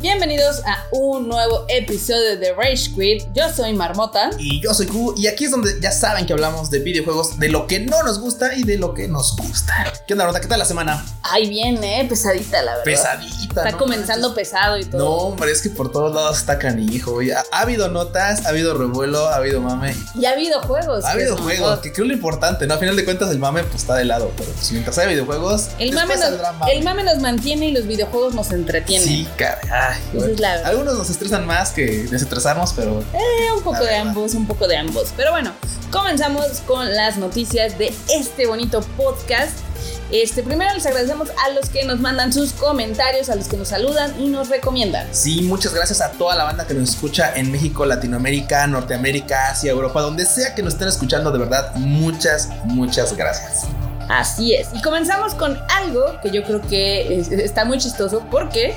Bienvenidos a un nuevo episodio de Rage Quit. Yo soy Marmota. Y yo soy Q, y aquí es donde ya saben que hablamos de videojuegos, de lo que no nos gusta y de lo que nos gusta. ¿Qué onda, Marmota? ¿Qué tal la semana? Ay, bien, eh, pesadita la verdad. Pesadita. Está ¿no? comenzando pesado y No, todo. hombre, es que por todos lados está canijo. y Ha, ha habido notas, ha habido revuelo, ha habido mame. Y ha habido juegos. Ha que habido Pues es juegos, mejor. que creo lo importante, ¿no? A final de cuentas el mame pues está de lado, pero pues, mientras haya videojuegos, El mame, después nos, saldrá mame. el mame nos mantiene y los videojuegos nos entretienen. Sí, caray. ay, Esa bueno. es la verdad. Algunos nos estresan más que desestresarnos, pero Eh, un poco la de verdad. ambos, un poco de ambos. Pero bueno, comenzamos con las noticias de este bonito podcast. Este, primero les agradecemos a los que nos mandan sus comentarios, a los que nos saludan y nos recomiendan. Sí, muchas gracias a toda la banda que nos escucha en México, Latinoamérica, Norteamérica, Asia, Europa, donde sea que nos estén escuchando, de verdad, muchas, muchas gracias. Así es. Y comenzamos con algo que yo creo que es- está muy chistoso porque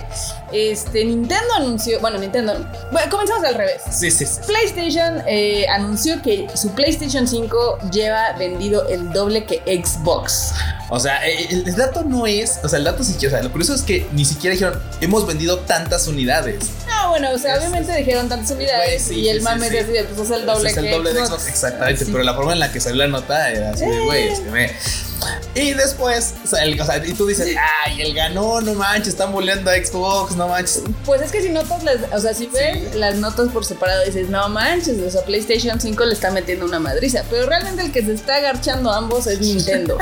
este, Nintendo anunció, bueno, Nintendo, bueno, comenzamos al revés. Sí, sí, sí. PlayStation eh, anunció que su PlayStation 5 lleva vendido el doble que Xbox. O sea, eh, el, el dato no es, o sea, el dato sí que, o sea, lo curioso es que ni siquiera dijeron, hemos vendido tantas unidades. Ah, bueno, o sea, Es- obviamente dijeron tantas Güey, unidades sí, y el sí, mame sí, es así de, pues es el doble es que el doble de Xbox. Exactamente, Sí. Eh. pero la forma en la que salió la nota era así de, güey, es que me... Y después, o sea, el- o sea, y tú dices, ay, el ganó, no manches, están boleando a Xbox, no manches. Pues es que si notas las, o sea, si ves las notas por separado dices, no manches, o sea, PlayStation 5 le está metiendo una madriza, pero realmente el que se está agarchando a ambos es Nintendo.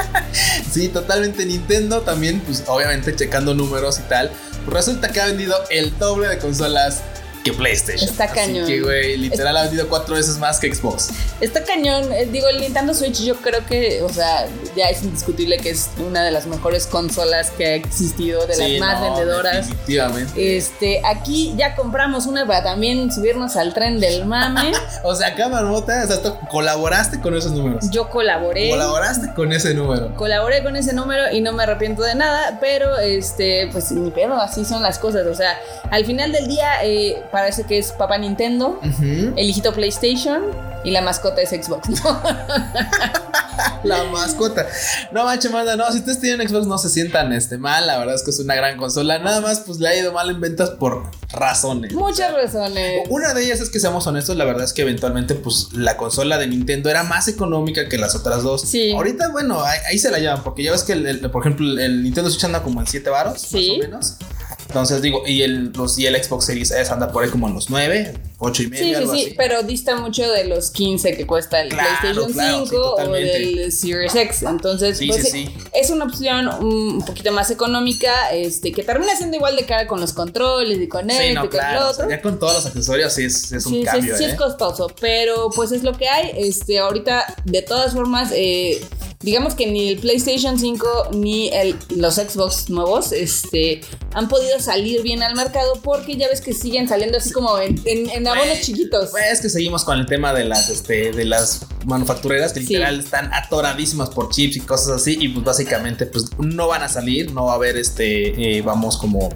Sí, totalmente Nintendo también, pues obviamente checando números y tal. pues, Resulta que ha vendido el doble de consolas que PlayStation. Está Así cañón. que, güey, literal ha vendido cuatro veces más que Xbox. Está cañón, eh, digo, el Nintendo Switch yo creo que, o sea, ya es indiscutible que es una de las mejores consolas que ha existido, de las Sí, más no, vendedoras. Definitivamente. Este, aquí ya compramos una para también subirnos al tren del mame. O sea, acá Marmota, o sea, tú colaboraste con esos números. Yo colaboré. Colaboraste con ese número. Colaboré con ese número y no me arrepiento de nada, pero este, pues ni pedo, así son las cosas. O sea, al final del día eh, parece que es papá Nintendo, Ujú. el hijito PlayStation y la mascota es Xbox. La mascota. No manches, manda, no, si ustedes tienen Xbox no se sientan este mal, la verdad es que es una gran consola, nada más pues le ha ido mal en ventas por razones. Muchas razones. Una de ellas es que seamos honestos, la verdad es que eventualmente pues la consola de Nintendo era más económica que las otras dos. Sí. Ahorita, bueno, ahí, ahí se la llevan, porque ya ves que, el- el- por ejemplo, el Nintendo Switch anda como en 7 varos, Sí. más o menos. Entonces digo, y el, los, y el Xbox Series S anda por ahí como en los 9, 8 y medio. Sí, sí, algo sí, así. pero dista mucho de los 15 que cuesta el Claro, PlayStation claro, 5 sí, o totalmente. del Series X. Entonces, Sí, pues, sí, sí. es una opción mm, un poquito más económica, este, que termina siendo igual de cara con los controles y con Sí, esto y no, con claro. lo o sea, otro. ya con todos los accesorios sí es, es un sí, sí, cambio. sí ¿eh? es costoso, pero pues es lo que hay. Este, ahorita, de todas formas, eh, digamos que ni el PlayStation 5 ni el- los Xbox nuevos este, han podido salir bien al mercado porque ya ves que siguen saliendo así como en, en- en abonos Güey, chiquitos. güey, Pues es que seguimos con el tema de las, este, de las manufactureras que Sí. literal están atoradísimas por chips y cosas así. Y pues básicamente, pues no van a salir, no va a haber este, eh, vamos como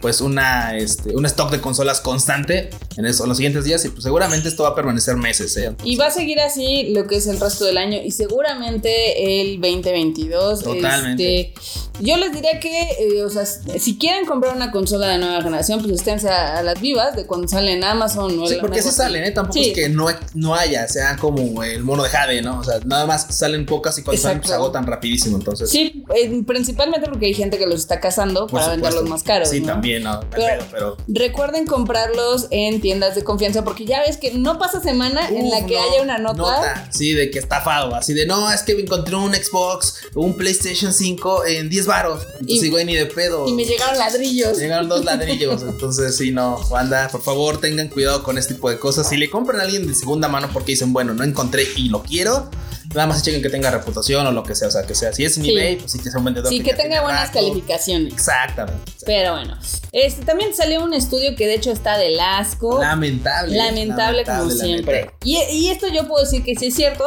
pues una este, un stock de consolas constante en eso, en los siguientes días. Y pues seguramente esto va a permanecer meses, ¿eh? Y va a seguir así lo que es el resto del año y seguramente el 2022. Totalmente. este, yo les diría que, eh, o sea, si quieren comprar una consola de nueva generación, pues esténse a, a las vivas de cuando salen en Amazon. o Sí, en porque algo sí así. salen, ¿eh? Tampoco Sí. es que no, no haya, sea como el mono de Jade, ¿no? O sea, nada más salen pocas y cuando salen pues, se Exacto. agotan rapidísimo, entonces. Sí, eh, principalmente porque hay gente que los está cazando por para supuesto. venderlos más caros. Sí, ¿no? también, ¿no? Pero- Pero, pero Recuerden comprarlos en tiendas de confianza porque ya ves que no pasa semana en Uf, la que no, haya una nota. Sí, de que estafado, así de no, es que me encontré un Xbox, un PlayStation 5 en 10 baros. Entonces, Y- güey, ni de pedo. Y me llegaron ladrillos. Llegaron dos ladrillos, entonces sí, no, Wanda, por favor tengan cuidado con este tipo de cosas. Si le compran a alguien de segunda mano porque dicen, bueno, no encontré y lo quiero, nada más chequen que tenga reputación o lo que sea, o sea, que sea, si es en Sí. eBay, pues sí que sea un vendedor. Sí, que ya tenga tiene buenas rato. calificaciones. Exactamente. Pero bueno, este también salió un estudio que de hecho está del asco. Lamentable. Lamentable, como lamentable. siempre. Y, y esto yo puedo decir que sí es cierto,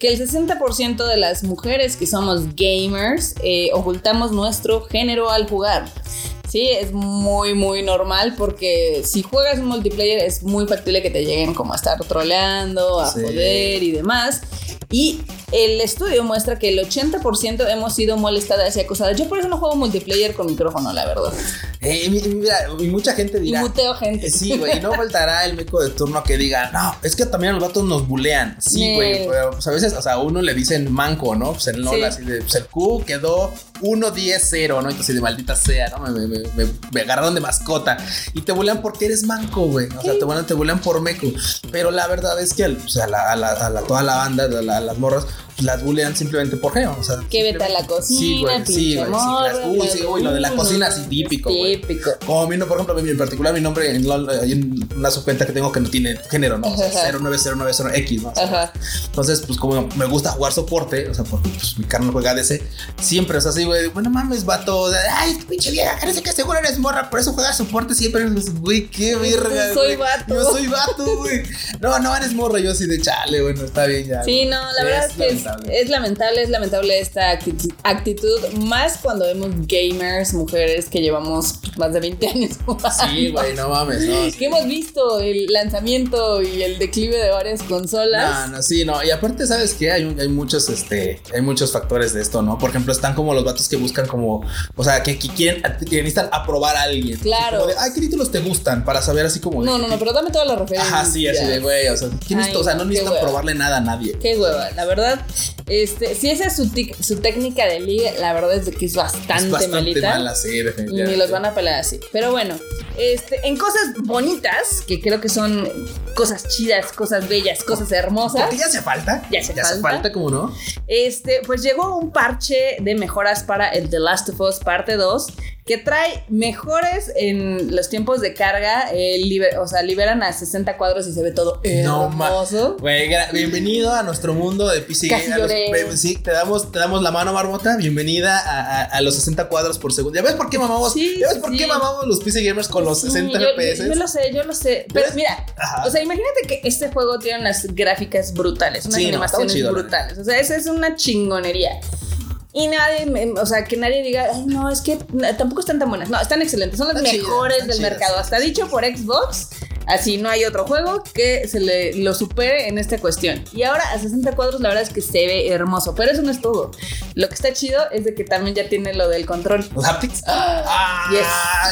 que el 60% de las mujeres que somos gamers eh, ocultamos nuestro género al jugar. Sí, es muy, muy normal porque si juegas un multiplayer es muy factible que te lleguen como a estar troleando, a Sí. joder y demás. Y el estudio muestra que el 80% hemos sido molestadas y acosadas. Yo por eso no juego multiplayer con micrófono, la verdad. Eh, y mira, y mucha gente Y dirá. muteo gente. Eh, Sí, güey, y no faltará el meco de turno que diga, no, es que también a los vatos nos bulean. Sí, güey, Nee. pero pues, a veces, o sea, a uno le dicen manco, ¿no? Pues el LOL Sí. así de, pues el Q quedó 1-10-0, ¿no? Entonces de maldita sea, ¿no? Me, me- me- me- me agarraron de mascota. Y te bulean porque eres manco, güey. O sea, te bulean, te bulean por meco. Pero la verdad es que al- pues, a, la, a la- a la- toda la banda, a, la- a las morras, pues, las bulean simplemente por geo. O sea, Que vete a la cocina, Sí, güey, pinche sí, güey, sí, morro, las- uy, sí, uy, lo de la uy, cocina no, sí, típico, güey. Típico. Como mi, no, por ejemplo, en particular mi nombre en LOL, hay un- una subcuenta que tengo que no tiene género, ¿no? O sea, Ajá. 09090X, ¿no? O sea, Ajá. entonces, pues como me gusta jugar soporte, o sea, porque pues, mi carnal juega DC, siempre es así, güey, bueno mames, vato, o sea, ay, qué pinche vieja, parece que seguro eres morra, por eso juegas soporte siempre, Pues, güey, qué verga. Yo soy güey. vato. Yo soy vato, güey. No, no eres morra, yo así de chale, bueno, está bien ya. Sí, no, la Es verdad es que es- lamentable. es, lamentable, es lamentable esta actitud, actitud, más cuando vemos gamers, mujeres que llevamos más de 20 años jugando. Sí, güey, no mames, no. Que hemos visto el lanzamiento y el declive de varias No, consolas. no, sí, no. Y aparte, ¿sabes qué? Hay, un- hay muchos, este, hay muchos factores de esto, ¿no? Por ejemplo, están como los vatos que buscan como, o sea, que, que quieren, que necesitan aprobar a alguien. Claro. Como de, Ay, ¿qué títulos te gustan? Para saber así como. de- No, no, no, pero dame todas las referencias. Ajá, sí, así de güey. O sea, ¿quién Ay, necesita? o sea, no qué necesitan hueva. probarle nada a nadie. Qué hueva, la verdad. Este, si esa es su, tic- su técnica de liga, la verdad es de que es bastante, es bastante malita. mala, sí, Y definitivamente. ni los van a pelear así. Pero bueno, este, en cosas bonitas, que creo que son cosas chidas, cosas bellas, cosas hermosas, Porque ya hace falta. Ya hace hace falta. falta, como no. este, pues llegó un parche de mejoras para el The Last of Us parte 2, que trae mejores en los tiempos de carga, eh, liber- o sea, liberan a 60 cuadros y se ve todo No, ma- hermoso. Güey, gra- bienvenido a nuestro mundo de PC. Casi Game. A los- lloré. güey, pues sí, te damos, te damos la mano, Marmota. Bienvenida a, a- a los 60 cuadros por segundo. ¿Ya ves por qué mamamos? Sí, ¿Ya ves sí, por sí. qué mamamos los PC gamers con los Sí, 60 yo- FPS? Yo, yo lo sé, yo lo sé. Pero ¿Ves? mira, Ajá. o sea, imagínate que este juego tiene unas gráficas brutales, unas Sí, no, animaciones está muy chido, la brutales. O sea, esa es una chingonería. Y nadie, me- o sea, que nadie diga, ay, no, es que n- tampoco están tan buenas. No, están excelentes, son las Están chidas, mejores están del chidas, mercado. sí, Hasta sí, dicho sí. por Xbox, así no hay otro juego que se le lo supere en esta cuestión. Y ahora a 60 cuadros, la verdad es que se ve hermoso, pero eso no es todo. Lo que está chido es de que también ya tiene lo del control. ¿Los haptics? Ah,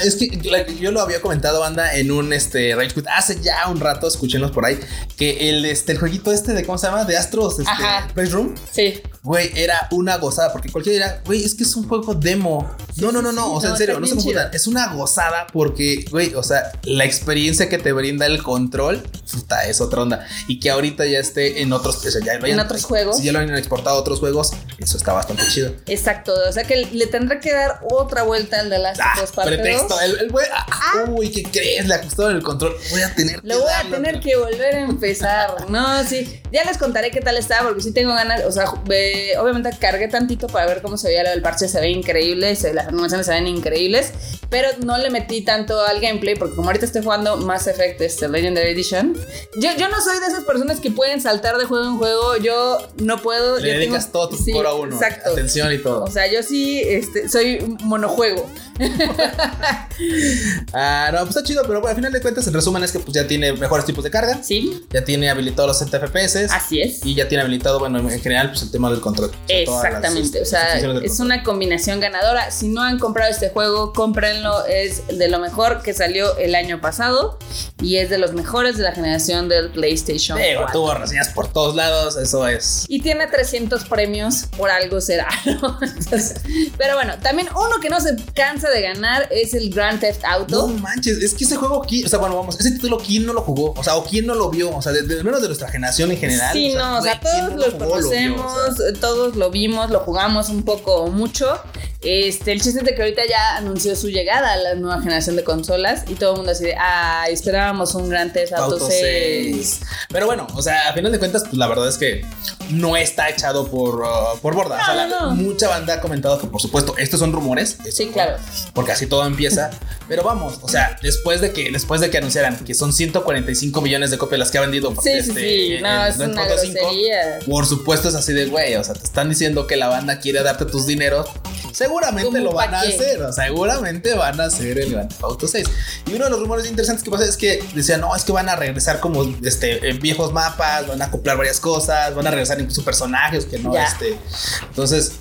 es que la- yo lo había comentado, banda, en un este Rage Quit hace ya un rato, escúchenlos por ahí, que el este el jueguito este de cómo se llama, de Astros, este, Ajá. Place Room, Sí. güey, era una gozada, porque cualquiera dirá, güey, es que es un juego demo. No, no, no, no, o sea, no, en serio, está no se bien confundan, es una gozada porque, güey, o sea, la experiencia que te brinda el control, puta, es otra onda, y que ahorita ya esté en otros, o sea, ya lo En hayan- otros juegos. si ya lo han exportado a otros juegos, eso está bastante chido. Exacto, o sea que le tendrá que dar otra vuelta al de Last Ah, of Us parte pretexto. dos. El, el güey. ah, uy, ¿qué crees? Le ajustaron el control. Voy a tener Lo voy a darle tener otra. que volver a empezar. No, sí. Ya les contaré qué tal estaba, porque sí tengo ganas. O sea, ju- ve- obviamente cargué tantito para ver cómo se veía lo del parche. Se ve increíble, se- las animaciones se ven increíbles. Pero no le metí tanto al gameplay, porque como ahorita estoy jugando Mass Effect este, Legendary Edition. Yo, yo no soy de esas personas que pueden saltar de juego en juego. Yo no puedo. Le yo dedicas tengo- todo tu sí, coro a uno. Exacto. Atención y todo. O sea, yo sí este, soy monojuego. Ah, no, pues está chido, pero bueno, al final de cuentas, el resumen es que pues, ya tiene mejores tipos de carga. Sí, Ya tiene habilitados los 70 FPS. así es. Y ya tiene habilitado, bueno, en general, pues el tema del control. O sea, todas las, Exactamente, este, o sea, funciones del es control. una combinación ganadora. Si no han comprado este juego, cómprenlo, es de lo mejor que salió el año pasado y es de los mejores de la generación del PlayStation. Digo, 4. tuvo reseñas por todos lados, eso es. Y tiene 300 premios, por algo será. ¿no? Entonces, pero bueno, también uno que no se cansa de ganar es el Grand Theft No Auto. manches, es que ese juego aquí, o sea, bueno, vamos, ese título, ¿quién no lo jugó? O sea, o quién no lo vio, o sea, de- de- al menos de nuestra generación en general. sí, no, o sea, güey, ¿quién todos no lo jugó, lo vio? O sea, conocemos, todos lo vimos, lo jugamos un poco o mucho. Este, el chiste es de que ahorita ya anunció su llegada a la nueva generación de consolas y todo el mundo así de, ah, esperábamos un gran Theft Auto Auto 6. 6. Pero bueno, o sea, a final de cuentas, pues la verdad es que no está echado por, uh, por borda. O No, sea, la- no, no. mucha banda ha comentado que, por supuesto, estos son rumores. estos Sí, son- claro. Porque así todo empieza. Pero vamos, o sea, después de que, después de que anunciaran que son 145 millones de copias las que ha vendido. Sí, sí, este, sí, en- no, en es una 2.5, grosería. Por supuesto es así de güey, o sea, te están diciendo que la banda quiere darte tus dineros Seguramente ¿Cómo lo van pa' a qué? hacer, o seguramente van a hacer el Grand Theft Auto 6. Y uno de los rumores interesantes que pasa es que decían, no, es que van a regresar como este, en viejos mapas, van a acoplar varias cosas, van a regresar incluso personajes que no, Ya. este. Entonces,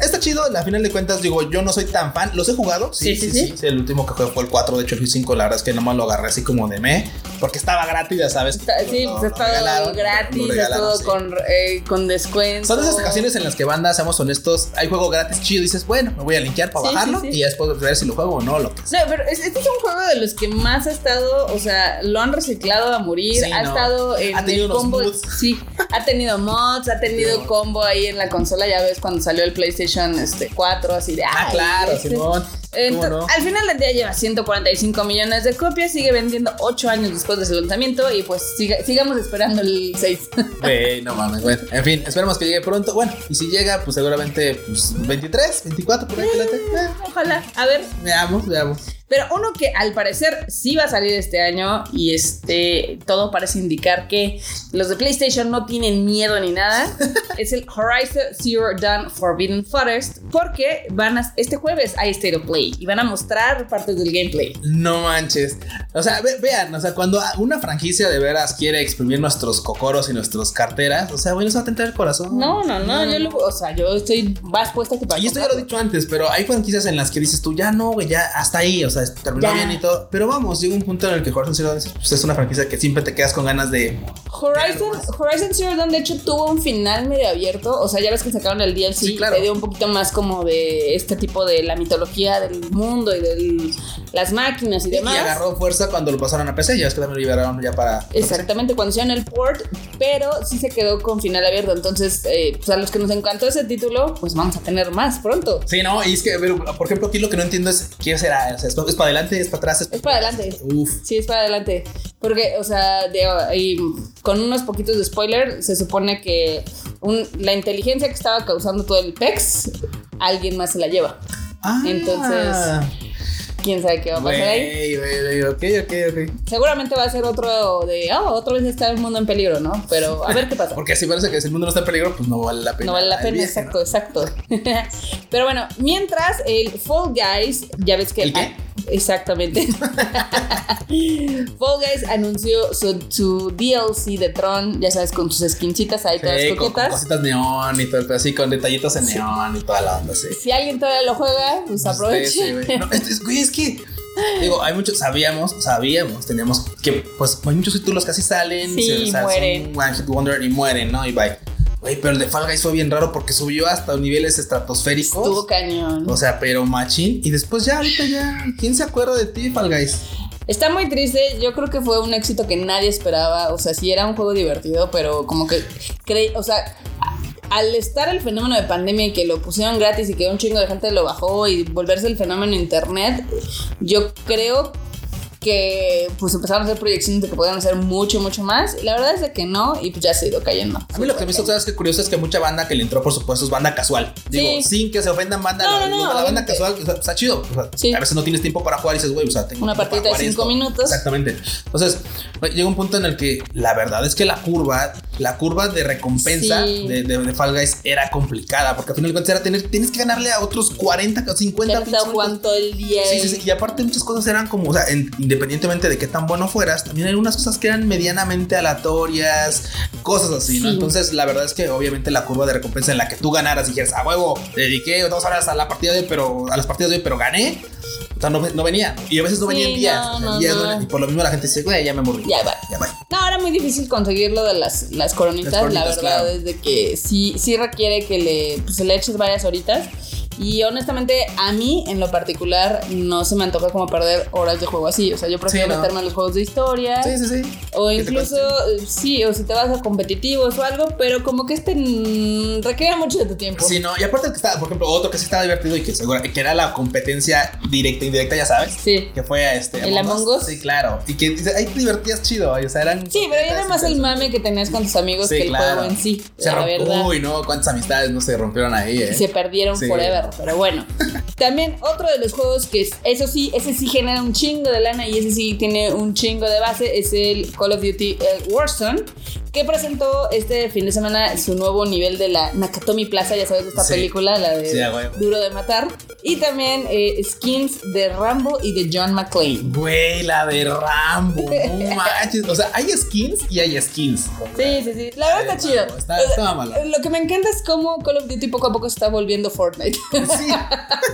está chido, a final de cuentas, digo, yo no soy tan fan, los he jugado, sí, sí, sí. sí, El último que jugué fue el 4, de hecho el 5, la verdad es que nomás lo agarré así como de me, porque estaba gratis, ya sabes. Está- sí, Lo- pues lo es todo regalaron, lo gratis, es regalaron, todo sí. con, eh, con descuento. Son esas ocasiones en las que banda, seamos honestos, hay juego gratis chido, dices, bueno, me voy a linkear para Sí, sí, bajarlo sí. y ya después ver si lo juego o no, lo que sea. No, pero es- este es un juego de los que más ha estado, o sea, lo han reciclado a morir, Sí, ha no. estado en Ha tenido el unos combo, moods. sí, ha tenido mods, ha tenido Sí. combo ahí en la consola, ya ves cuando salió el PlayStation este 4 así de Ah, ay, claro, este. Simón. ¿Cómo Ento- no? Al final del día lleva 145 millones de copias, sigue vendiendo 8 años después de su lanzamiento y pues siga- sigamos esperando el 6. Güey, no mames, bueno. En fin, esperemos que llegue pronto. Bueno, y si llega, pues seguramente pues, 23, 24, por ahí adelante. Eh, Ojalá, a ver, veamos, veamos. Pero uno que al parecer sí va a salir este año y este todo parece indicar que los de PlayStation no tienen miedo ni nada es el Horizon Zero Dawn Forbidden Forest porque van a, este jueves hay State of Play y van a mostrar partes del gameplay. No manches. O sea, ve- vean, o sea, cuando una franquicia de veras quiere exprimir nuestros cocoros y nuestras carteras, o sea, güey, nos va a tentar el corazón. No, no, no, yo lo- o sea, yo estoy más puesta que para Ah, Y esto ya lo he comprarlo. dicho antes, pero hay franquicias en las que dices tú, ya no, güey, ya hasta ahí, o sea, terminó Ya. bien y todo. Pero vamos, llega un punto en el que Horizon Zero Dawn es- pues, es una franquicia que siempre te quedas con ganas de. Horizon, Horizon Zero Dawn de hecho tuvo un final medio abierto, o sea, ya ves que sacaron el DLC Sí, claro. y te dio un poquito más como de este tipo de la mitología del mundo y de las máquinas y Y demás. agarró fuerza cuando lo pasaron a PC, ya es que también lo liberaron ya para. Exactamente, cuando hicieron el port, pero sí se quedó con final abierto. Entonces, eh, pues a los que nos encantó ese título, pues vamos a tener más pronto. Sí, no, y es que, pero, por ejemplo, aquí lo que no entiendo es qué será, o sea, es, para adelante, es para atrás, es, Es para adelante. Uf. Sí, es para adelante. Porque, o sea, de- y con unos poquitos de spoiler, se supone que un- la inteligencia que estaba causando todo el PEX, alguien más se la lleva. Ah. Entonces, ¿Quién sabe qué va a pasar ahí? Güey, güey, güey, ok, ok, ok. Seguramente va a ser otro de, oh, otra vez está el mundo en peligro, ¿no? Pero a ver qué pasa. Porque si parece que si el mundo no está en peligro, pues no vale la pena. No vale la el pena, viaje, ¿no? exacto, exacto. Pero bueno, mientras el Fall Guys, ya ves que. ¿El qué? ah, exactamente. Fall Guys anunció su, su DLC de Tron, ya sabes, con sus skincitas ahí, todas Sí, con- con coquetas. cositas neón y todo, el pedo, así con detallitos en neón y toda la onda, sí. Si alguien todavía lo juega, pues Pues, aproveche. sí, güey. No, es, es- güey, es que. Digo, hay muchos, sabíamos, sabíamos, teníamos que, pues, hay muchos títulos que así salen, Sí, o sea, son mueren. One Hit Wonder y mueren, ¿no? Y bye. Güey, pero el de Fall Guys fue bien raro porque subió hasta niveles estratosféricos. Estuvo cañón. o sea, pero machín. Y después ya, ahorita ya, ¿quién se acuerda de ti, Fall Guys? Está muy triste, yo creo que fue un éxito que nadie esperaba, o sea, sí era un juego divertido, pero como que creí, o sea, al estar el fenómeno de pandemia y que lo pusieron gratis y que un chingo de gente lo bajó y volverse el fenómeno internet, yo creo que pues empezaron a hacer proyecciones de que podían hacer mucho, mucho más. Y la verdad es de que no, y pues ya se ha ido cayendo. A mí lo que me hizo, ¿sabes qué curioso? Es que mucha banda que le entró, por supuesto, es banda casual. Digo, Sí. sin que se ofendan banda, No, la, no, no, la banda obviamente. casual o sea, está chido. O sea, Sí. A veces no tienes tiempo para jugar y dices, güey, o sea, tengo Una tiempo para partida de jugar cinco esto". minutos. Exactamente. Entonces, güey, llega un punto en el que la verdad es que la curva, la curva de recompensa Sí. de, de, de Fall Guys era complicada, porque al final de cuentas era tener, tienes que ganarle a otros 40 o 50 Ya lo estaba pinches jugando todo el día. Sí, y- sí, sí. Y aparte muchas cosas eran como, o sea, en- independientemente de qué tan bueno fueras, también hay unas cosas que eran medianamente aleatorias, cosas así, ¿no? Sí. Entonces, la verdad es que obviamente la curva de recompensa en la que tú ganaras y dijeras, a huevo, dediqué dos horas a la partida de hoy, pero a las partidas de hoy, pero gané. O sea, no, no venía. Y a veces no Sí, venía en días. no, o sea, en no, días no. venía. Y por lo mismo la gente dice, güey, ya me morí. Ya va. Ya va. No, era muy difícil conseguir lo de las, las coronitas, Las coronitas, la verdad, claro. es de que sí, sí requiere que le, pues, le eches varias horitas. Y honestamente, a mí en lo particular no se me antoja como perder horas de juego así. O sea, yo prefiero Sí, ¿no? meterme en los juegos de historia. Sí, sí, sí. O Que te incluso, eh, sí, o si te vas a competitivos o algo, pero como que este mm, requiere mucho de tu tiempo. Sí, no, y aparte el que estaba, por ejemplo, otro que sí estaba divertido y que seguro que era la competencia directa e indirecta, ya sabes. Sí. Que fue a este. ¿El Among Us? Sí, claro. Y que dice, ahí te divertías chido. O sea, eran. Sí, pero ya era más el mame que tenías con tus amigos Sí, que el claro. juego en sí. Se la romp- verdad. Uy, no, cuántas amistades no se rompieron ahí, eh. y se perdieron Sí. forever. Pero bueno, también otro de los juegos que es, eso sí, ese sí genera un chingo de lana y ese sí tiene un chingo de base es el Call of Duty eh, Warzone, que presentó este fin de semana su nuevo nivel de la Nakatomi Plaza, ya sabes, esta Sí. película, la de Sí, a huevo. Duro de Matar, y también eh, skins de Rambo y de John McClane. Güey, la de Rambo, no manches. O sea, hay skins y hay skins. Sí, sí, sí, la verdad está chido. Eh, Está, está malo. Lo que me encanta es cómo Call of Duty poco a poco se está volviendo Fortnite. Sí.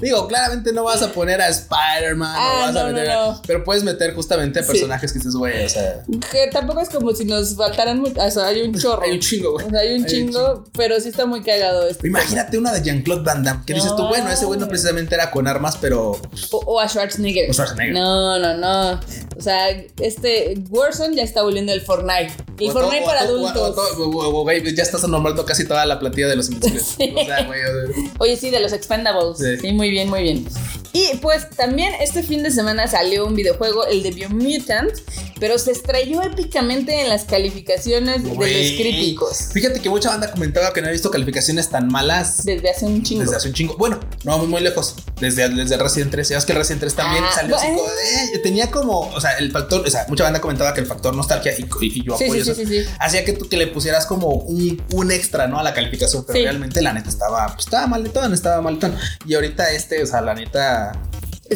Digo, claramente no vas a poner a Spider-Man, no Ah, vas a no, meter no, a- no. pero puedes meter justamente a Sí. personajes que dices, güey, o sea, Que tampoco es como si nos faltaran mucho. O sea, hay un chorro. hay un chingo, güey. O sea, hay un chingo, pero sí está muy cagado este. Imagínate una de Jean-Claude Van Damme, que dices tú, No, bueno, ese güey no güey. precisamente era con armas, pero O, o a Schwarzenegger. O Schwarzenegger. No, no, no. O sea, este Warzone ya está volviendo el Fortnite. El O to- Fortnite o para to- o- adultos. o to- o- o- Güey, ya estás nombrando casi toda la plantilla de los invisibles. O sea, güey, o sea, Oye, sí, de los Expendables. Sí. Sí. muy bien, muy bien. Y pues también este fin de semana salió un videojuego, el de Biomutant, pero se estrelló épicamente en las calificaciones de los güey. críticos. Fíjate que mucha banda comentaba que no he visto calificaciones tan malas Desde hace un chingo. desde hace un chingo. Bueno, no vamos muy lejos. Desde, desde Resident 3. Ya ves que el Resident 3 también Ah, salió así bueno. como de- "Eh, Tenía como, o sea, el factor, o sea, mucha banda comentaba que el factor nostalgia y, y- y yo sí, apoyo sí, eso. sí, sí, sí. Hacía que tú que le pusieras como un, un extra, ¿no? A la calificación, pero Sí. realmente la neta estaba, pues, estaba maletón, estaba maletón. Y ahorita este, o sea, la neta,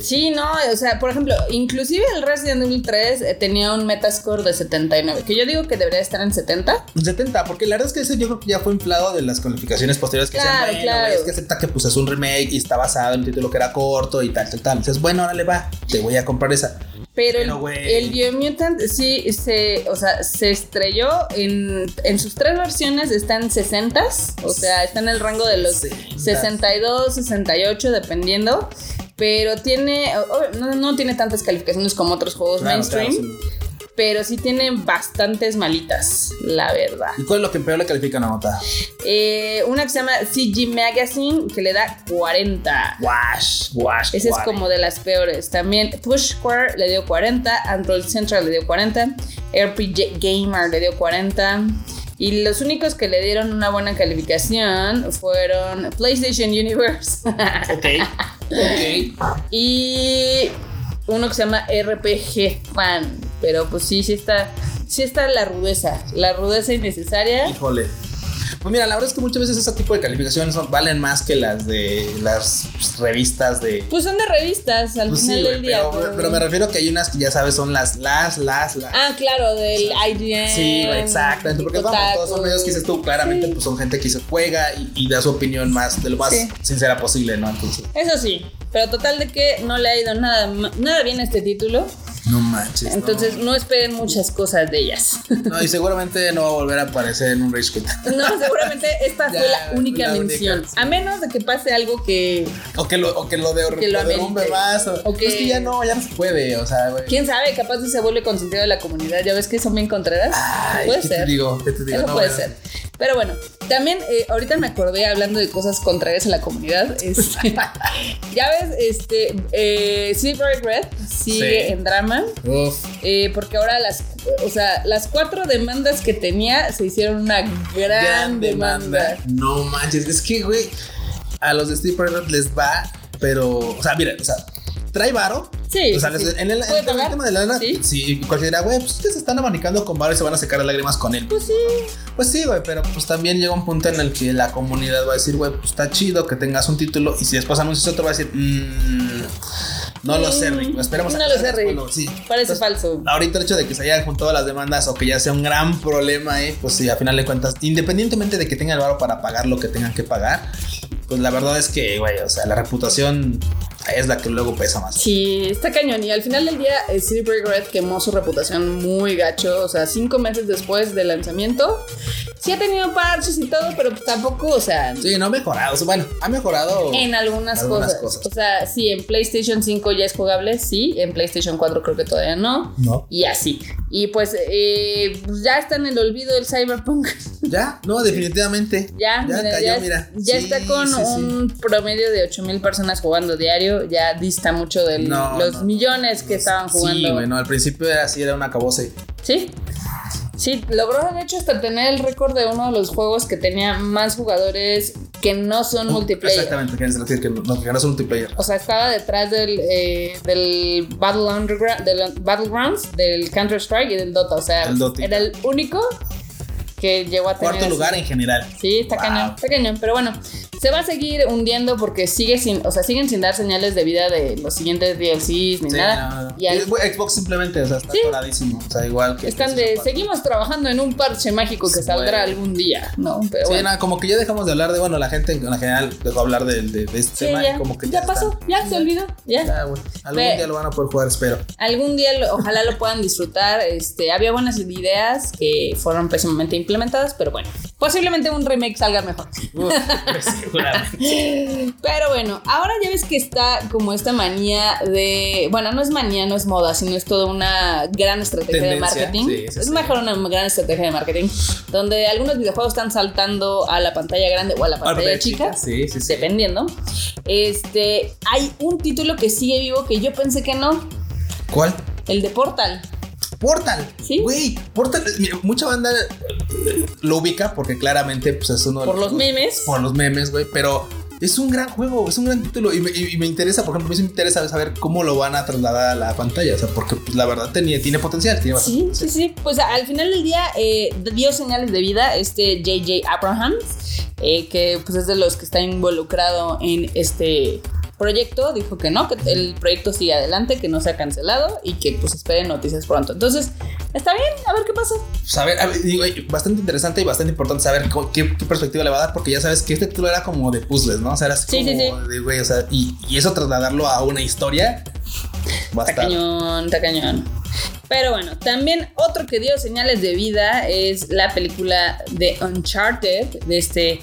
Sí, no, o sea, por ejemplo, inclusive el Resident Evil 3 eh, tenía un metascore de 79, que yo digo que debería estar en 70. Un 70, pues, porque la verdad es que ese yo creo que ya fue inflado de las calificaciones posteriores que decían, Claro, bueno, claro. güey, es que acepta que pues es un remake y está basado en un título que era corto y tal, tal, tal. Dices, bueno, órale, va, te voy a comprar esa. Pero el, Pero, güey. el Biomutant sí se, o sea, se estrelló en, en sus tres versiones, están 60, o sea, está en el rango de los Sesentas. 62, 68, dependiendo. Pero tiene, o- o- no, no tiene tantas calificaciones como otros juegos Claro, mainstream, claro, sí. pero sí tiene bastantes malitas, la verdad. ¿Y cuál es lo que peor le califican a nota? Eh, una que se llama CG Magazine, que le da 40. Wash, wash. Esa es guare. como de las peores. También Push Square le dio 40, Android Central le dio 40, RPG Gamer le dio 40. Y los únicos que le dieron una buena calificación fueron PlayStation Universe Ok. y uno que se llama RPG Fan. Pero pues sí, sí está, sí está la rudeza, la rudeza innecesaria. Híjole. Pues mira, la verdad es que muchas veces ese tipo de calificaciones son- valen más que las de las pues, revistas de. Pues son de revistas al Pues sí, final del güey, día. pero, pero- pero me refiero que hay unas que ya sabes son las, las, las, las. Ah, claro, del IGN. Sí, güey, exactamente. Porque vamos, todos son Kotaku. medios que dices tú, claramente, Em, Sí. pues son gente que se juega y, y da su opinión más de lo más Sí. sincera posible, ¿no? Entonces, Eso sí, pero total de que no le ha ido nada, ma- nada bien a este título. no manches. Entonces no esperen muchas cosas de ellas. No. No, y seguramente no va a volver a aparecer en un Rage Quit. No, seguramente esta Ya, fue la única la única, mención. sí. A menos de que pase algo que. O que lo, o que lo, de, Que lo derrumbe amerite. más. O, O que- Es que ya no, ya no se puede, o sea, güey. Quién sabe, capaz de se vuelve consentido de la comunidad. Ya ves que son bien contreras. Ay, puede ¿qué ser. te digo? ¿Qué te Ah, digo? Eso No, puede bueno. ser. Pero bueno, también eh, ahorita me acordé hablando de cosas contrarias a la comunidad. este, ya ves, este, eh, Silver Red sigue Sí. en drama. Uf, Eh, porque ahora las, o sea, las cuatro demandas que tenía se hicieron una gran, gran demanda. demanda. No manches, es que, güey, a los de Steve Perrot les va, pero, o sea, mira, o sea, trae varo, Sí. O sea, sí, les- sí. en el, ¿Puede en el pagar? tema de la lana, Sí. sí, cualquiera dirá, güey, pues ustedes están abanicando con varo y se van a secar las lágrimas con él. Pues sí. Pues sí, güey, pero pues también llega un punto en el que la comunidad va a decir, güey, pues está chido que tengas un título y si después anuncias otro va a decir, mmm, no lo sé, Mm, Rico, esperemos. a no que lo salga sé, Rick. bueno, sí. Parece Entonces, falso. Ahorita el hecho de que se hayan juntado las demandas o que ya sea un gran problema, eh, pues sí, a final de cuentas, independientemente de que tengan el varo para pagar lo que tengan que pagar, pues la verdad es que, güey, o sea, la reputación es la que luego pesa más. Sí, está cañón. Y al final del día, eh, Silver Red quemó su reputación muy gacho. O sea, cinco meses después del lanzamiento. Sí ha tenido parches y todo, pero pues tampoco, o sea, Sí, no ha mejorado. O sea, Bueno, ha mejorado. en algunas, Algunas cosas. cosas. O sea, sí, en PlayStation 5 ya es jugable, sí. En PlayStation 4 creo que todavía no. No. Y así. Y pues eh, pues, ya está en el olvido el Cyberpunk. Ya, no, definitivamente. Ya, Ya mira, cayó, ya, mira. ya Sí, está con sí, sí. un promedio de 8 mil personas jugando diario. Ya dista mucho de No, los no, millones que estaban Sí, jugando. bueno, al principio era así, era una cabose. Sí. Sí, logró de hecho hasta tener el récord de uno de los juegos que tenía más jugadores que no son multiplayer. Oh, Exactamente, quieres decir que no, que no es un multiplayer. O sea, estaba detrás del, eh, del Battle Underground, del Battlegrounds, del Counter Strike y del Dota. O sea, El Dota. era el único que llegó a tener. Cuarto lugar en general. Sí, está Wow. cañón, está cañón. Pero bueno, se va a seguir hundiendo porque sigue sin, o sea, siguen sin dar señales de vida de los siguientes DLCs ni Sí, nada. no, no. Y al- Y es- Xbox simplemente, o sea, está Sí. atoradísimo. O sea, igual que. Están de, PlayStation 4. seguimos trabajando en un parche mágico que Sí, saldrá güey. algún día, ¿no? Pero Sí, bueno. nada, como que ya dejamos de hablar de, bueno, la gente en en general dejó hablar de, de- de este Sí, tema. y ya, como que ya, ya, pasó, está. ya se olvidó, ya. Ya, güey. Algún Ve. día lo van a poder jugar, espero. Algún día lo- ojalá lo puedan disfrutar. Este, había buenas ideas que fueron pésimamente implementadas, pero bueno, posiblemente un remake salga mejor. Uf, pues, seguramente. Pero bueno, ahora ya ves que está como esta manía de. Bueno, no es manía, no es moda, sino es toda una gran estrategia Tendencia, de marketing. sí, sí, es sí. mejor una gran estrategia de marketing. Donde algunos videojuegos están saltando a la pantalla grande o a la Ahora, pantalla pero chica. Sí, sí, sí. Dependiendo. Este. Hay un título que sigue vivo que yo pensé que no. ¿Cuál? El de Portal. Portal. Sí. Güey, Portal, mira, mucha banda eh, lo ubica porque claramente pues, es uno de Por los memes. Por los memes, güey, pero es un gran juego, es un gran título y me, y- y me interesa, por ejemplo, a mí sí me interesa saber cómo lo van a trasladar a la pantalla, o sea, porque pues, la verdad tenía, tiene potencial, tiene bastante Sí, sí, potencial. sí. Pues al final del día eh, dio señales de vida este JJ Abrahams, eh, que pues es de los que está involucrado en este proyecto. Dijo que no, que el proyecto sigue adelante, que no se ha cancelado y que pues esperen noticias pronto. Entonces, está bien, a ver qué pasa. Saber, a ver, digo, eh, bastante interesante y bastante importante saber co- qué, qué perspectiva le va a dar, porque ya sabes que este título era como de puzzles, ¿no? O sea, era así Sí, sí, como de, güey, o sea, y, y eso trasladarlo a una historia va a Está estar. cañón, está cañón. Pero bueno, también otro que dio señales de vida es la película de Uncharted, de este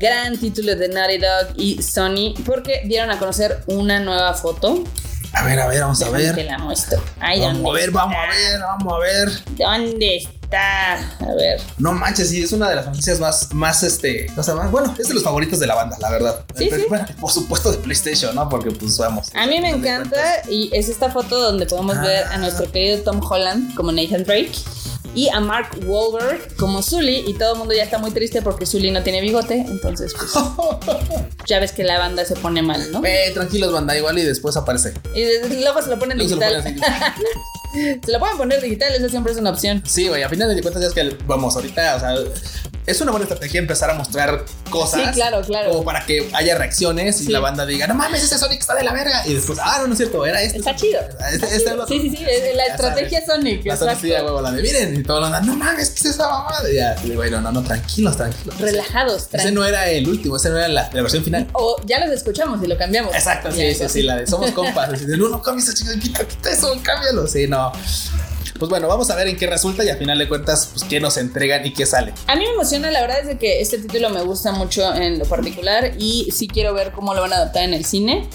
gran título de Naughty Dog y Sony, porque dieron a conocer una nueva foto. A ver, a ver, vamos a Te ver. la muestro. Ay, Vamos a ¿dónde ver, vamos a está? ver, vamos a ver. ¿Dónde está? A ver. No manches, sí, es una de las franquicias más, más, este, o sea, más, bueno, es de los favoritos de la banda, la verdad. Sí, Pero, sí. bueno, por supuesto de PlayStation, ¿no? Porque pues vamos. A mí me encanta y es esta foto donde podemos Ah. ver a nuestro querido Tom Holland como Nathan Drake y a Mark Wahlberg como Sully y todo el mundo ya está muy triste porque Sully no tiene bigote, entonces pues ya ves que la banda se pone mal, ¿no? Ve, eh, tranquilos, banda, igual y después aparece. Y desde luego se lo ponen Luego se digital. lo ponen se lo pueden poner digital, eso siempre es una opción. Sí, güey, a final de cuentas ya es que, vamos, ahorita, o sea, es una buena estrategia empezar a mostrar cosas. Oh. Sí, claro, claro. Como para que haya reacciones y Sí. la banda diga, no mames, ese Sonic está de la verga. Y después, ah, no, no es cierto, era este. Está chido. Este, este es el otro. Sí, sí, sí, es la Ya estrategia Sonic. La Sonic, exacto. sí, a huevo, la de miren, y todo lo andan, no mames, ¿qué es esa mamada? Y ya, y güey, no, no, no, tranquilos, tranquilos. Relajados, Ese tranquilos. no era el último, ese no era la, la versión final. O ya los escuchamos y lo cambiamos. Exacto, Ya, sí, sí, sí, la de somos compas. Así de, no, no cambies, chicos, quita, quita eso, cámbialo. Sí, no. Pues bueno, vamos a ver en qué resulta y al final de cuentas, pues qué nos entregan y qué sale. A mí me emociona, la verdad es de que este título me gusta mucho en lo particular y sí quiero ver cómo lo van a adaptar en el cine.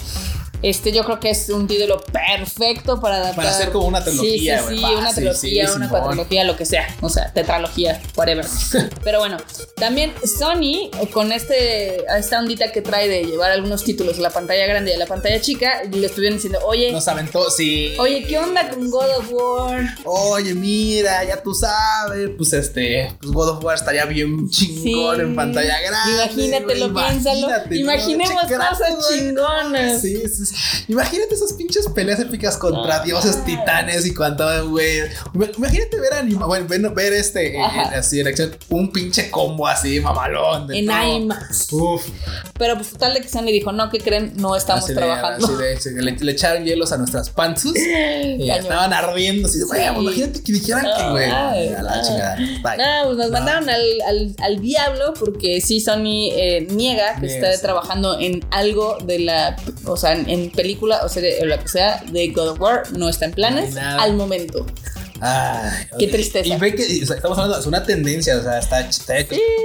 Este yo creo que es un título perfecto para adaptar. Para hacer como una trilogía, Sí, sí, güey, sí, una fácil, trilogía, sí, una Simón. cuatrilogía, lo que sea. O sea, tetralogía, whatever. Pero bueno, también Sony, con este, esta ondita que trae de llevar algunos títulos a la pantalla grande y a la pantalla chica, le estuvieron diciendo, oye, Nos aventó, sí. oye, ¿qué onda con God of War? Oye, mira, ya tú sabes, pues este, pues God of War estaría bien chingón Sí. en pantalla grande. Imagínatelo, güey, piénsalo. imagínate, Imaginemos pinche cosas grato, güey. chingonas. Sí, sí, sí. Imagínate esas pinches peleas épicas contra Ah. dioses, titanes y cuánto, güey. Imagínate ver anima, bueno, ver, ver este, eh, Ajá. así en acción, un pinche combo así, mamalón. de En todo. IMAX. Uf, Pero pues total de que Sony dijo, no, ¿qué creen? No estamos así de- trabajando. así de- así de- le, le echaron hielos a nuestras pantsus y ya Cañón. estaban ardiendo. Así de, güey, Sí. Ah, imagínate que dijeran que, güey, Ay, a la no. chingada. Bye. No, pues nos No. mandaron al, al- al diablo porque sí, Sony eh, niega que Niega, está sí. trabajando en algo de la, o sea, en, en película o serie o lo que sea de God of War, no está en planes No hay nada. al momento. Ay, Qué y- tristeza. Y ve que o sea, estamos hablando, es una tendencia, o sea, está está-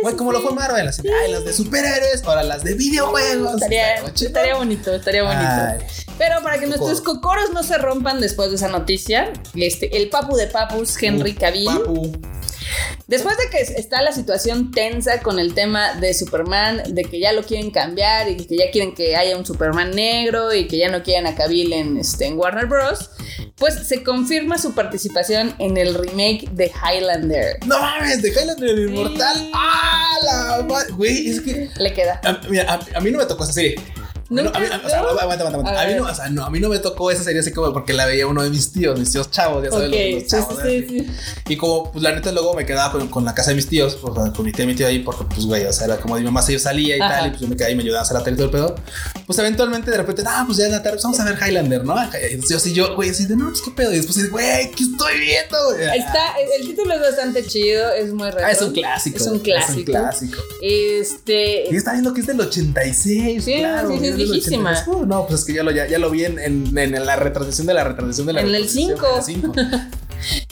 Güey, como lo fue Marvel, así, ay, las de superhéroes, ahora las de videojuegos. Estaría, Está chido. estaría bonito, estaría bonito. Ay. Pero para que Cocoro. nuestros cocoros no se rompan después de esa noticia, este, el papu de papus, Henry Cavill, Papu. Después de que está la situación tensa con el tema de Superman, de que ya lo quieren cambiar y que ya quieren que haya un Superman negro y que ya no quieren a Cavill en, este, en Warner Bros., pues se confirma su participación en el remake de Highlander. No mames, de Highlander el Inmortal. ¡Ah, la ma- Güey, es que. Le queda. A, mira, a- a mí no me tocó esa serie. No, Nunca- a mí, o sea, ¿no? aguanta, aguanta, aguanta. A A mí no, ver. o sea, no, a mí no me tocó esa serie así como porque la veía uno de mis tíos, mis tíos chavos, ya sabes, Ok, los, sí, los chavos. sí, ¿eh? sí, sí. Y como, pues la neta luego me quedaba con, con la casa de mis tíos, pues, o sea, con mi tía y mi tío ahí, porque pues güey, o sea, era como de mi mamá se yo salía y Ajá. tal, y pues yo me quedaba y me ayudaba a hacer la tele y todo el pedo. Pues eventualmente de repente, ah, pues ya es la tarde, pues, vamos a ver Highlander, ¿no? Entonces yo así, yo, güey, así de no, pues qué pedo. Y después así, güey, ¿qué estoy viendo? güey? Está, el, el título es bastante chido, es muy retro. Ah, es un clásico. Es un clásico. Es un clásico. Y Este. está viendo que es del 86. Sí, claro, sí, sí, es del viejísima. 86. Oh, no, pues es que ya lo, ya, ya lo vi en, en- en la retransmisión de la retransmisión de la En el retransmisión en el 5.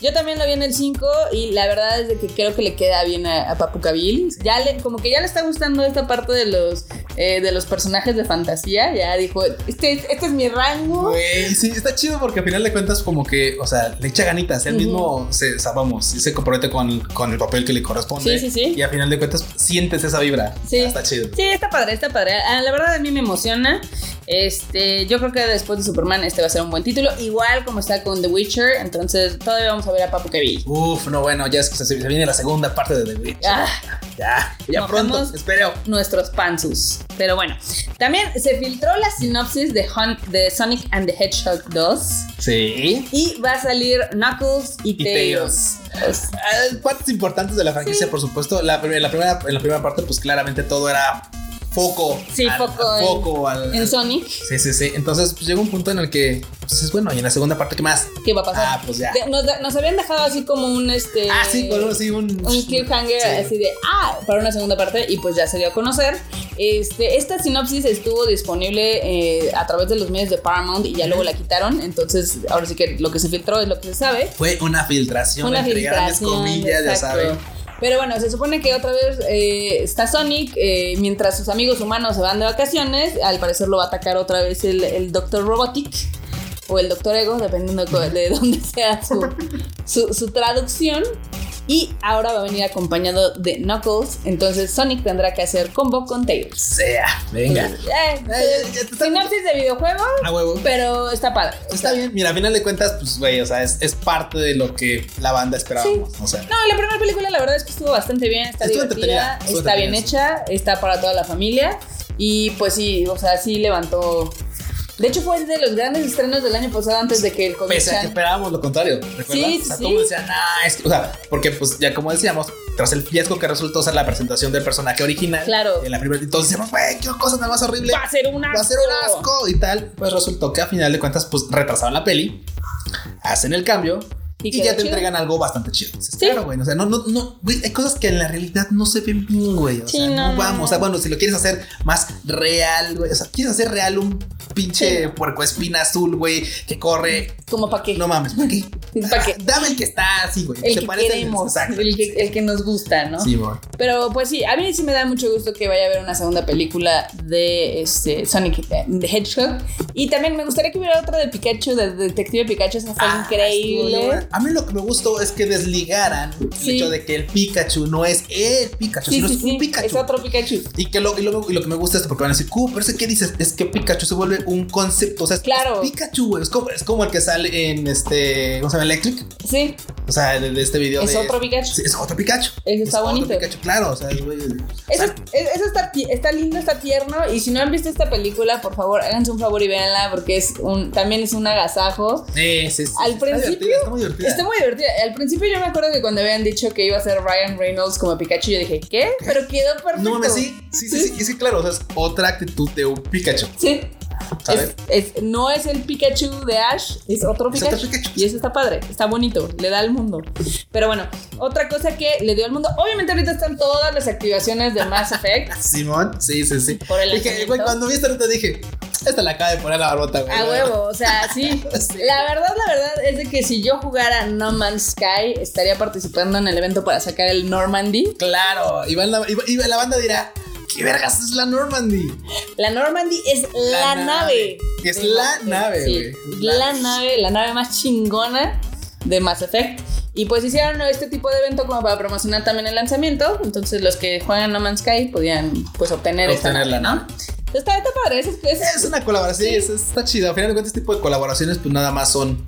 Yo también lo vi en el 5 y la verdad es de que creo que le queda bien a, a Papucabil. Ya le, como que ya le está gustando esta parte de los eh, de los personajes de fantasía. Ya dijo, este, este es mi rango. Güey, sí, está chido porque al final de cuentas, como que, o sea, le echa ganitas. Él Ujú. mismo se, o sea, vamos, sí se compromete con, con el papel que le corresponde. Sí, sí, sí. Y al final de cuentas, sientes esa vibra. Sí. Está chido. Sí, está padre, está padre. Ah, la verdad a mí me emociona. Este, yo creo que después de Superman este va a ser un buen título, igual como está con The Witcher, entonces todavía vamos a ver a Papu Cabil. Uf, no, bueno, ya es que se, se viene la segunda parte de The Witch. Ah, Ya, ya Nos pronto, vemos. espero. nuestros pansus. Pero bueno, también se filtró la sinopsis de, Hunt, de Sonic and the Hedgehog 2 Sí. y va a salir Knuckles y, Y Tails. Ah, Partes importantes de la franquicia, por supuesto. La, prim- en, la primera, en la primera parte, pues claramente todo era foco. Sí, foco en- foco al- En Sonic, Sí, sí, sí. Entonces, pues llega un punto en el que pues, es bueno. Y en la segunda parte, ¿qué más? ¿qué va a pasar? Ah, pues ya. De- nos, da- nos habían dejado así como un este. Ah, sí, con sí, un. un cliffhanger Sí. así de ah para una segunda parte y pues ya se dio a conocer este esta sinopsis estuvo disponible eh, a través de los medios de Paramount y ya luego la quitaron entonces ahora sí que lo que se filtró es lo que se sabe Fue una filtración una entre grandes filtración comillas, ya exacto. saben. pero bueno, se supone que otra vez eh, está Sonic, eh, mientras sus amigos humanos se van de vacaciones, al parecer lo va a atacar otra vez el, el Doctor Robotic o el Doctor Ego, dependiendo de co- de dónde sea su, su, su traducción. Y ahora va a venir acompañado de Knuckles, entonces Sonic tendrá que hacer combo con Tails. Sea, venga. Entonces, eh, ya, ya, está- sinopsis de videojuego, A huevo. pero está padre. o Está sea, bien. Mira, a final de cuentas, pues, güey, o sea, es, es parte de lo que la banda esperábamos. O sea, No, la primera película la verdad es que estuvo bastante bien, está Estuvo divertida, entretenida, estuvo está bien entretenida, hecha, está para toda la familia y pues sí, o sea, sí levantó. De hecho fue de los grandes estrenos del año pasado antes de que el COVID. Pese a que esperábamos lo contrario, ¿recuerdas? Sí, o sea, sí. todos decían, "Nah, "Ah, es que-" o sea, porque pues ya como decíamos, tras el fiasco que resultó ser la presentación del personaje original, Claro. en la primera, y todos decíamos, güey, qué cosa tan más horrible, va a ser un asco. va a ser un asco y tal, pues resultó que a final de cuentas, pues retrasaron la peli, hacen el cambio. Y Y, quedó ya te chido. entregan algo bastante chido. Dices, Claro, güey. O sea, no, no, no. güey, hay cosas que en la realidad no se ven bien, güey. O Sí, sea, no, no, no, vamos. no. O sea, bueno, si lo quieres hacer más real, güey. O sea, quieres hacer real un pinche puerco espina azul, güey, que corre Como para qué? no mames, ¿para qué? Ah, ¿Para qué? Dame el que está así, güey. El ¿Te que parece? queremos, Exacto. el que, el que nos gusta, ¿no? Sí, güey. Pero pues sí, a mí sí me da mucho gusto que vaya a haber una segunda película de este, Sonic the Hedgehog. Y también me gustaría que hubiera otra de Pikachu, de Detective Pikachu, esa fue Ah, estuvo increíble. bien. A mí lo que me gustó es que desligaran Sí. el hecho de que el Pikachu no es el Pikachu, Sí, sino sí, es un sí, Pikachu. es otro Pikachu. Y, que lo, y, lo, y lo que me gusta es porque van a decir, "Uh, pero es que ¿qué dices? Es que Pikachu se vuelve un concepto. O sea, es, Claro. es Pikachu, güey. Es como, es como el que sale en este. ¿Cómo se llama? Electric. Sí, O sea, de, de este video es de. otro Pikachu. Sí, es otro Pikachu. Ese está Es otro bonito. Pikachu, Ah. claro. O sea, es, güey, Eso, es- eso está, ti- está lindo, está tierno. Y si no han visto esta película, por favor, háganse un favor y véanla porque es un, también es un agasajo. Sí, sí, sí. Al Está principio- divertida, Está muy divertida. Está muy divertida. Al principio yo me acuerdo que cuando habían dicho que iba a ser Ryan Reynolds como Pikachu, yo dije, ¿qué? Pero quedó perfecto. No mames, sí, sí, sí, sí. Y es que claro, o sea, es otra actitud de un Pikachu, Sí. ¿sabes? Es- es- no es el Pikachu de Ash, es otro Es Pikachu. otro Pikachu. Y eso está padre, está bonito, le da al mundo. Pero bueno, otra cosa que le dio al mundo, obviamente ahorita están todas las activaciones de Mass Effect. Ah, Simón, sí, sí, sí. Por el Dije, güey, lanzamiento. cuando vi esta nota dije, esta la acaba de poner la barbota, güey. A huevo, o sea, sí. Sí. La verdad, la verdad es de que si yo jugara No Man's Sky, estaría participando en el evento para sacar el Normandy. Claro, iba la, iba- iba la banda dirá, ¿qué vergas es la Normandy? La Normandy es la, nave. Es de la Mass Effect, nave, sí. güey. La, La- nave, la nave más chingona de Mass Effect. Y pues hicieron este tipo de evento como para promocionar también el lanzamiento. Entonces los que juegan No Man's Sky podían pues obtener, esta Obtenerla, nave, ¿no? Entonces, está, está padre, eso es- eso es- Es una colaboración, es- está chido. Al final de cuentas, este tipo de colaboraciones, pues nada más son.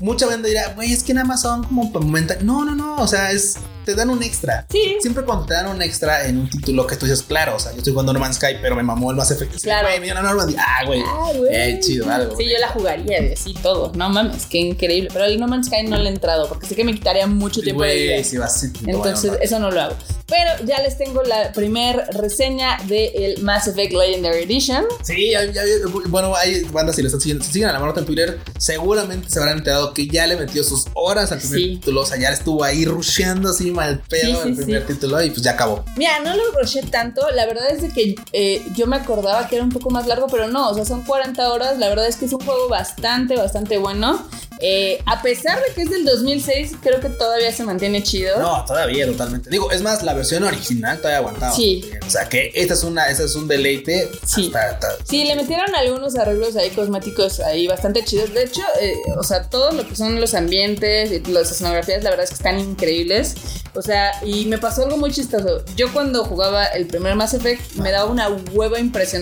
Mucha banda dirá, güey, es que nada más son como para momentar. No, no, no. O sea, es. te dan un extra. Sí. Siempre cuando te dan un extra en un título que tú dices, claro, o sea, yo estoy jugando No Man's Sky, pero me mamó el más efecto. Claro. me dieron No Man's Sky. Ah, güey. Ay, güey. Eh, chido, algo. Sí, yo la jugaría y así todo. No mames, qué increíble. Pero el No Man's Sky no le he entrado porque sé que me quitaría mucho tiempo de vida. Güey, sí, vas, sí, te Entonces, voy a eso no lo hago. Pero ya les tengo la primer reseña del Mass Effect Legendary Edition. Sí, ya- ya- bueno, hay bandas si lo están siguiendo. Si siguen a la Marota en Twitter, seguramente se habrán enterado que ya le metió sus horas al primer Sí. título. O sea, ya estuvo ahí rusheando así mal pedo Sí, sí, el primer título y pues ya acabó. Mira, no lo broché tanto. La verdad es de que eh, yo me acordaba que era un poco más largo, pero no, o sea, son 40 horas. La verdad es que es un juego bastante, bastante bueno. Eh, a pesar de que es del 2006, creo que todavía se mantiene chido. No, todavía totalmente. Digo, es más, la versión original todavía aguantaba. Sí. O sea que esta es una, esta es un deleite. Sí. hasta- hasta- Sí, le metieron algunos arreglos ahí cosméticos ahí bastante chidos. De hecho, eh, o sea, todo lo que son los ambientes, y las escenografías, la verdad es que están increíbles. O sea, y me pasó algo muy chistoso. Yo cuando jugaba el primer Mass Effect me daba una hueva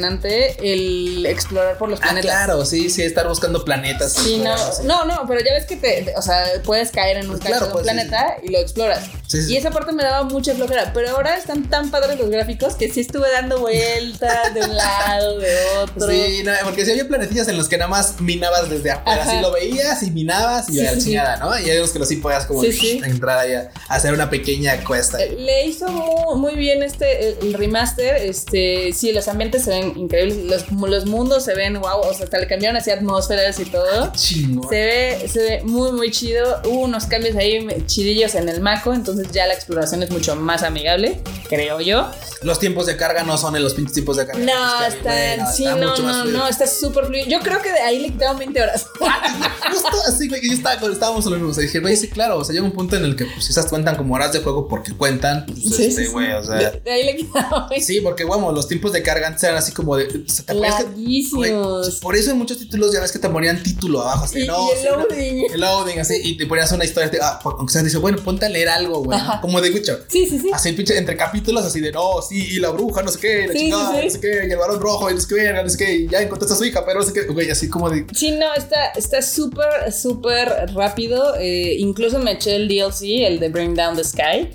impresionante el explorar por los Ah, planetas. claro, sí, sí, estar buscando planetas. Sí, no, cosas así. no, no, pero ya ves que te, te- o sea, puedes caer en un Pues cacho claro, de un pues, sí, planeta y lo exploras. Sí, sí. Y esa parte me daba mucha flojera, pero ahora están tan padres los gráficos que sí estuve dando vueltas de un lado, de otro. Sí, no, porque si había planetillas en los que nada más minabas desde afuera, Ajá. así lo veías y minabas y Sí, a la sí, sí. chingada, ¿no? Y hay unos que los sí podías como Sí, sí. entrar ahí a hacer una pequeña cuesta. Eh, Le hizo mu- muy, bien este el, el remaster. Este, sí, los ambientes se ven increíbles. Los, los mundos se ven wow. O sea, hasta le cambiaron así atmósferas y todo. Chingón. Se ve, se ve muy, muy chido. Hubo unos cambios ahí me- chidillos en el Maco. Entonces ya la exploración es mucho más amigable, creo yo. Los tiempos de carga no son en los pinches tiempos de carga. No, Es que, está, bueno, sí, está no, mucho más no, fluido. Ah, no, está súper fluido. Yo creo que de ahí le quitaron 20 horas. Justo así, güey, que yo estaba con, estábamos en lo mismo. O sea, dije, güey, sí, claro, o sea, llega un punto en el que pues, esas cuentan como horas de juego porque cuentan, pues, Sí, este, sí, sí. güey, o sea. De, de ahí le quitaron 20 Sí, porque vamos, los tiempos de carga antes eran así como de. o sea, ¿te acuerdas que- güey, Larguísimos. por eso en muchos títulos ya ves que te ponían título abajo. Así, Y, no, y sí, el no, loading. el loading, así, y te ponías una historia, te- ah, aunque sea, dice, bueno, ponte a leer algo, güey, Ajá. como de Witcher. Sí, sí, sí. Así, pinche, entre capítulos, así de no, sí, y la bruja, no sé qué, y la Sí, chingada, sí, sí. no sé qué, y el varón rojo, y no sé qué, verga, no sé qué, y ya encontraste a su hija, pero no sé qué, güey, así como de. Sí, no, está está súper, súper rápido. Eh, incluso me eché el DLC, el de Bring Down the Sky.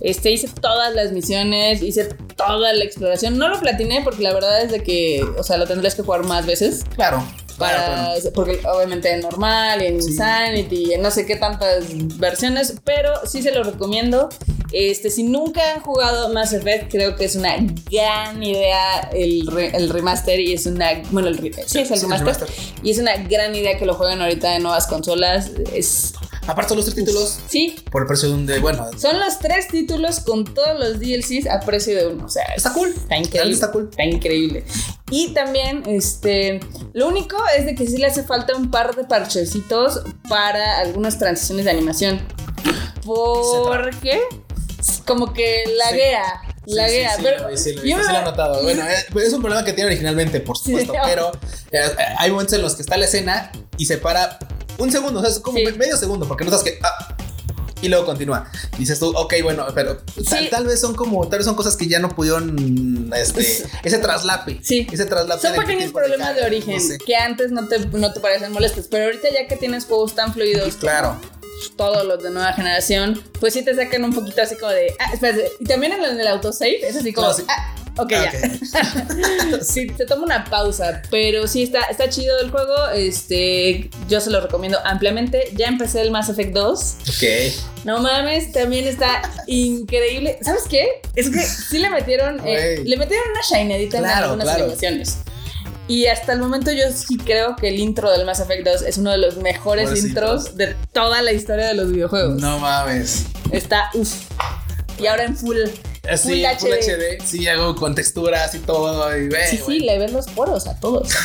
Este, hice todas las misiones, hice toda la exploración. No lo platiné porque la verdad es de que, o sea, lo tendrías que jugar más veces. Claro, claro, Para, Porque obviamente en normal, en Sí. Insanity, en no sé qué tantas versiones, pero sí se los recomiendo. Este, si nunca han jugado Mass Effect, creo que es una gran idea el, re- el remaster y es una. Bueno, el, re- sí, es el Sí, el remaster. remaster. Y es una gran idea que lo jueguen ahorita en nuevas consolas. Es. Aparte son los tres títulos Sí, por el precio de un de, bueno, son los tres títulos con todos los DLCs a precio de uno. O sea, está cool. está Realmente increíble. está cool. Está increíble. Y también, este, lo único es de que sí le hace falta un par de parchecitos para algunas transiciones de animación. Porque como que laguea, laguea. sí, sí, pero lo- sí, lo- yo sí me- lo he notado. Bueno, eh, pues es un problema que tiene originalmente, por supuesto, Sí. pero eh, eh, hay momentos en los que está la escena y se para un segundo, o sea, es como Sí. me- medio segundo, porque notas que... ah, y luego continúa. Dices tú, ok, bueno, pero tal, Sí. tal vez son como, tal vez son cosas que ya no pudieron, este, ese traslape. Sí. Ese traslape. son de qué pequeños tiempo problemas de cada, origen no sé. que antes no te, no te parecen molestos, pero ahorita ya que tienes juegos tan fluidos, Pues Claro. todos los de nueva generación, pues sí te sacan un poquito así como de, ah, espérate, y también en el, en el autosave es así como, No, sí. ah, ok, Ah, ya. Sí, se toma una pausa, pero sí está, está chido el juego. Este, yo se lo recomiendo ampliamente. Ya empecé el Mass Effect 2. Ok. No mames, también está increíble. ¿Sabes qué? Es que sí le metieron, eh, Güey. le metieron una shineadita en Claro, algunas claro. animaciones. Y hasta el momento yo sí creo que el intro del Mass Effect 2 es uno de los mejores Mejores intros de toda la historia de los videojuegos. No mames. Está uff. Y ahora en full. Así, Full Full HD. HD. Sí, hago con texturas y todo. Y, eh, güey, sí, sí, le ves los poros a todos.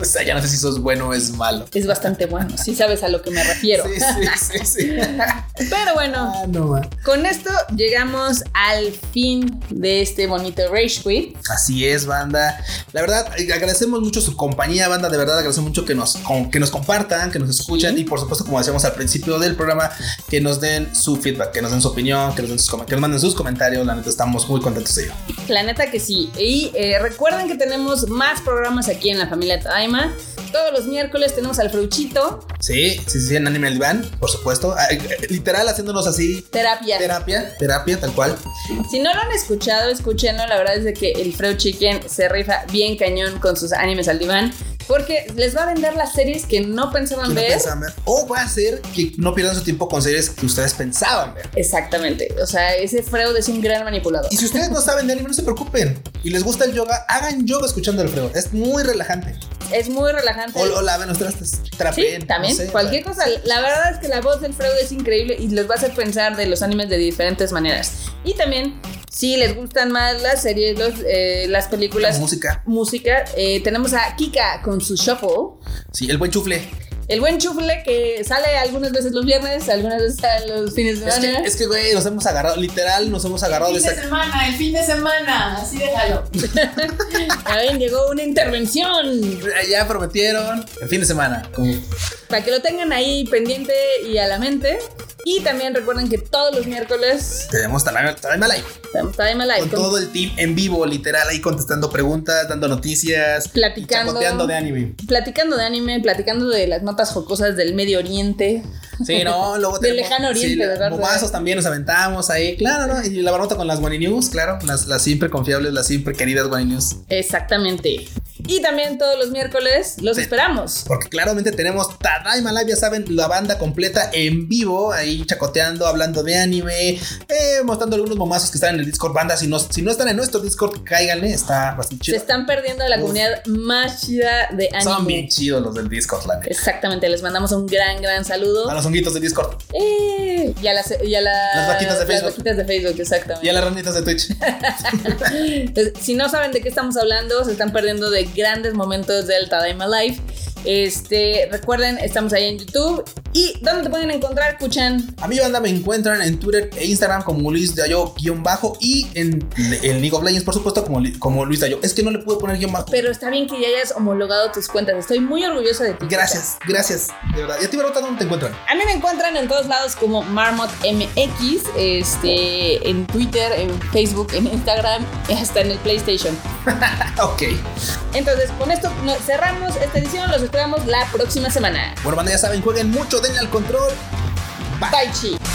O sea, ya no sé si eso es bueno o es malo. Es bastante bueno. Sí sabes a lo que me refiero. Sí, sí, sí, sí. Pero bueno, ah, no, man. Con esto llegamos al fin de este bonito Rage Quit. Así es, banda. La verdad, eh, agradecemos mucho su compañía, banda. De verdad, agradecemos mucho que nos, con- que nos compartan, que nos escuchen Sí. y, por supuesto, como decíamos al principio del programa, que nos den su feedback, que nos den su opinión, que nos, den sus com- que nos manden sus comentarios. La neta, estamos muy contentos de ello. La neta que sí. Y eh, recuerden que tenemos más programas aquí en la familia Tadaima. Todos los miércoles tenemos al Fruchito. Sí, sí, sí, en Animal Van, por supuesto. Ah, eh, Literal, haciéndonos así. Terapia. Terapia, terapia, tal cual. Si no lo han escuchado, escúchenlo. La verdad es de que el Freo Chicken se rifa bien cañón con sus animes al diván. Porque les va a vender las series que no pensaban Que no ver. pensaban ver. O va a ser que no pierdan su tiempo con series que ustedes pensaban ver. Exactamente. O sea, ese Freud es un gran manipulador. Y si ustedes no saben de anime, no se preocupen. Y les gusta el yoga, hagan yoga escuchando el Alfredo. Es muy relajante. Es muy relajante. O, o laven los trastes, Sí, trapeen. también, no sé, cualquier o sea, cosa. La verdad es que la voz del Freud es increíble y los va a hacer pensar de los animes de diferentes maneras. Y también, si les gustan más las series, los, eh, las películas, música. música, eh, tenemos a Kika con su shuffle. Sí, el buen chufle. El buen chufle que sale algunas veces los viernes, algunas veces sale los fines de Es que, semana. es que, güey, nos hemos agarrado, literal, nos hemos agarrado de El fin de esa. semana, el fin de semana, así déjalo. Ahí llegó una intervención. Ya prometieron el fin de semana. Como Para que lo tengan ahí pendiente y a la mente. Y también recuerden que todos los miércoles tenemos Talaima Talaima Live. estamos Time Alive Con con- todo el team en vivo, literal, ahí contestando preguntas, dando noticias, Platicando. chacoteando de anime. platicando de anime, platicando de las notas jocosas del Medio Oriente. Sí, no, luego Del tenemos- lejano oriente, de verdad. Bombazos también nos aventamos ahí, claro, ¿no? Y la barrota con las Guani News, claro, las, las siempre confiables, las siempre queridas Guani News. Exactamente. Y también todos los miércoles los Sí. esperamos. Porque claramente tenemos Tadaima Live, ya saben, la banda completa en vivo, ahí chacoteando, hablando de anime, eh, mostrando algunos momazos que están en el Discord banda. Si no, si no están en nuestro Discord, cáiganle, está bastante Se chido. están perdiendo de la Uf. comunidad más chida de anime. Son bien chidos los del Discord, la neta. Exactamente, les mandamos un gran, gran saludo. A los honguitos del Discord Eh, y a las, y a la- Las vaquitas de las Facebook. vaquitas de Facebook, exactamente. y a las ranitas de Twitch. Pues, Si no saben de qué estamos hablando, se están perdiendo de grandes momentos del Tadaima Life. Este, recuerden, estamos ahí en YouTube. ¿Y dónde te pueden encontrar, Kuchan? A mi banda me encuentran en Twitter e Instagram como Luis Dayo guión bajo y en, en League of Legends, por supuesto, como, Li- como Luis Dayo. Es que no le pude poner guión bajo. Pero está bien que ya hayas homologado tus cuentas. Estoy muy orgullosa de ti. Gracias, gracias, de verdad. ¿Y a ti, Barota, dónde te encuentran? A mí me encuentran en todos lados como MarmotMX, este, en Twitter, en Facebook, en Instagram, y hasta en el PlayStation. Ok. Entonces, con esto no- cerramos esta edición. Los esperamos la próxima semana. Bueno, banda, ya saben, jueguen mucho, denle al control. Bye. Bye, chi.